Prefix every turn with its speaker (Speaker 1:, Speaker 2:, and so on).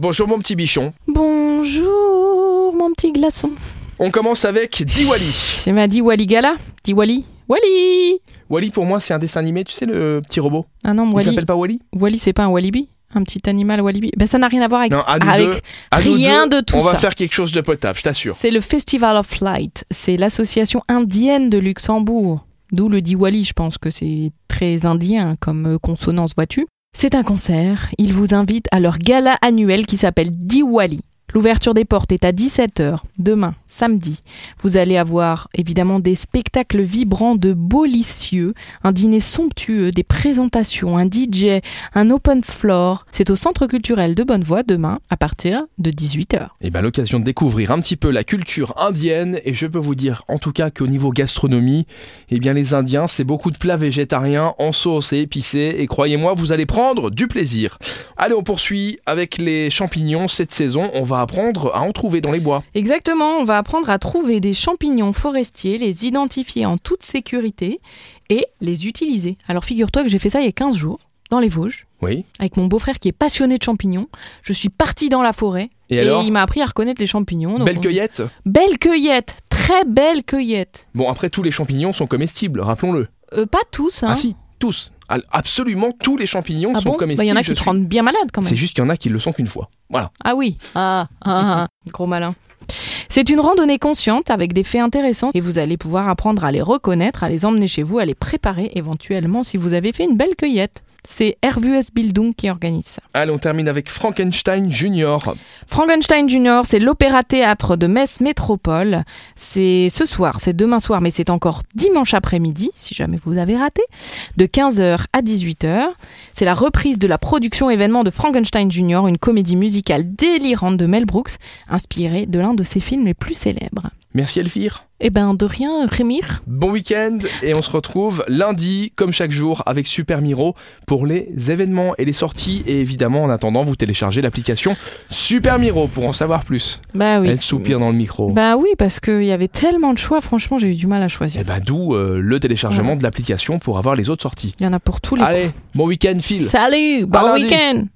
Speaker 1: Bonjour mon petit bichon.
Speaker 2: Bonjour, mon petit glaçon.
Speaker 1: On commence avec Diwali.
Speaker 2: C'est ma Diwali Gala. Diwali. Wally
Speaker 1: Wally pour moi c'est un dessin animé, tu sais le petit robot.
Speaker 2: Ah non,
Speaker 1: Il
Speaker 2: Wally.
Speaker 1: s'appelle pas Wally
Speaker 2: Wally, c'est pas un Walibi Un petit animal Walibi Ben, ça n'a rien à voir avec,
Speaker 1: Non, à nous
Speaker 2: avec
Speaker 1: deux, à nous
Speaker 2: rien
Speaker 1: deux,
Speaker 2: de tout
Speaker 1: On
Speaker 2: ça.
Speaker 1: va faire quelque chose de potable, je t'assure.
Speaker 2: C'est le Festival of Light. C'est l'association indienne de Luxembourg. D'où le Diwali, je pense que c'est très indien comme euh, consonance, vois-tu. C'est un concert. Ils vous invitent à leur gala annuel qui s'appelle Diwali. L'ouverture des portes est à 17h, demain, samedi. Vous allez avoir évidemment des spectacles vibrants de bolicieux, un dîner somptueux, des présentations, un DJ, un open floor. C'est au Centre culturel de Bonnevoie demain à partir de 18h.
Speaker 1: Et ben l'occasion de découvrir un petit peu la culture indienne et je peux vous dire en tout cas qu'au niveau gastronomie, eh bien les Indiens c'est beaucoup de plats végétariens en sauce et épicés et croyez-moi vous allez prendre du plaisir. Allez on poursuit avec les champignons cette saison, on va apprendre à en trouver dans les bois.
Speaker 2: Exactement, on va apprendre à trouver des champignons forestiers, les identifier en toute sécurité et les utiliser. Alors figure-toi que j'ai fait ça il y a 15 jours, dans les Vosges,
Speaker 1: Oui.
Speaker 2: avec mon beau-frère qui est passionné de champignons. Je suis partie dans la forêt
Speaker 1: Et,
Speaker 2: et,
Speaker 1: alors
Speaker 2: il m'a appris à reconnaître les champignons. donc
Speaker 1: Belle
Speaker 2: on-
Speaker 1: cueillette
Speaker 2: Belle cueillette, très belle cueillette.
Speaker 1: Bon après tous les champignons sont comestibles, rappelons-le.
Speaker 2: Euh, pas tous, hein.
Speaker 1: Ah si, tous. Al- Absolument tous les champignons
Speaker 2: Ah
Speaker 1: sont
Speaker 2: bon Bah, Il
Speaker 1: comestibles.
Speaker 2: y en a
Speaker 1: je
Speaker 2: qui te
Speaker 1: suis-
Speaker 2: rendent bien malade quand même.
Speaker 1: C'est juste qu'il y en a qui le sont qu'une fois. Voilà.
Speaker 2: Ah oui, ah, ah, ah, gros malin. C'est une randonnée consciente avec des faits intéressants et vous allez pouvoir apprendre à les reconnaître, à les emmener chez vous, à les préparer éventuellement si vous avez fait une belle cueillette. C'est RVS Bildung qui organise ça.
Speaker 1: Allez, on termine avec Frankenstein Junior.
Speaker 2: Frankenstein Junior, c'est l'opéra théâtre de Metz Métropole. C'est ce soir, c'est demain soir, mais c'est encore dimanche après-midi, si jamais vous avez raté, de 15h à 18h. C'est la reprise de la production événement de Frankenstein Junior, une comédie musicale délirante de Mel Brooks, inspirée de l'un de ses films les plus célèbres.
Speaker 1: Merci Elvire.
Speaker 2: Eh ben, de rien, Rémir.
Speaker 1: Bon week-end et on se retrouve lundi, comme chaque jour, avec Super Miro pour les événements et les sorties. Et évidemment, en attendant, vous téléchargez l'application Super Miro pour en savoir plus.
Speaker 2: Bah oui.
Speaker 1: Elle soupire dans le micro.
Speaker 2: Bah oui, parce qu'il y avait tellement de choix, franchement, j'ai eu du mal à
Speaker 1: Et
Speaker 2: choisir.
Speaker 1: bah d'où euh, le téléchargement
Speaker 2: Voilà.
Speaker 1: de l'application pour avoir les autres sorties.
Speaker 2: Il y en a pour tous les.
Speaker 1: Allez, bon week-end, Phil.
Speaker 2: Salut, bon
Speaker 1: lundi.
Speaker 2: week-end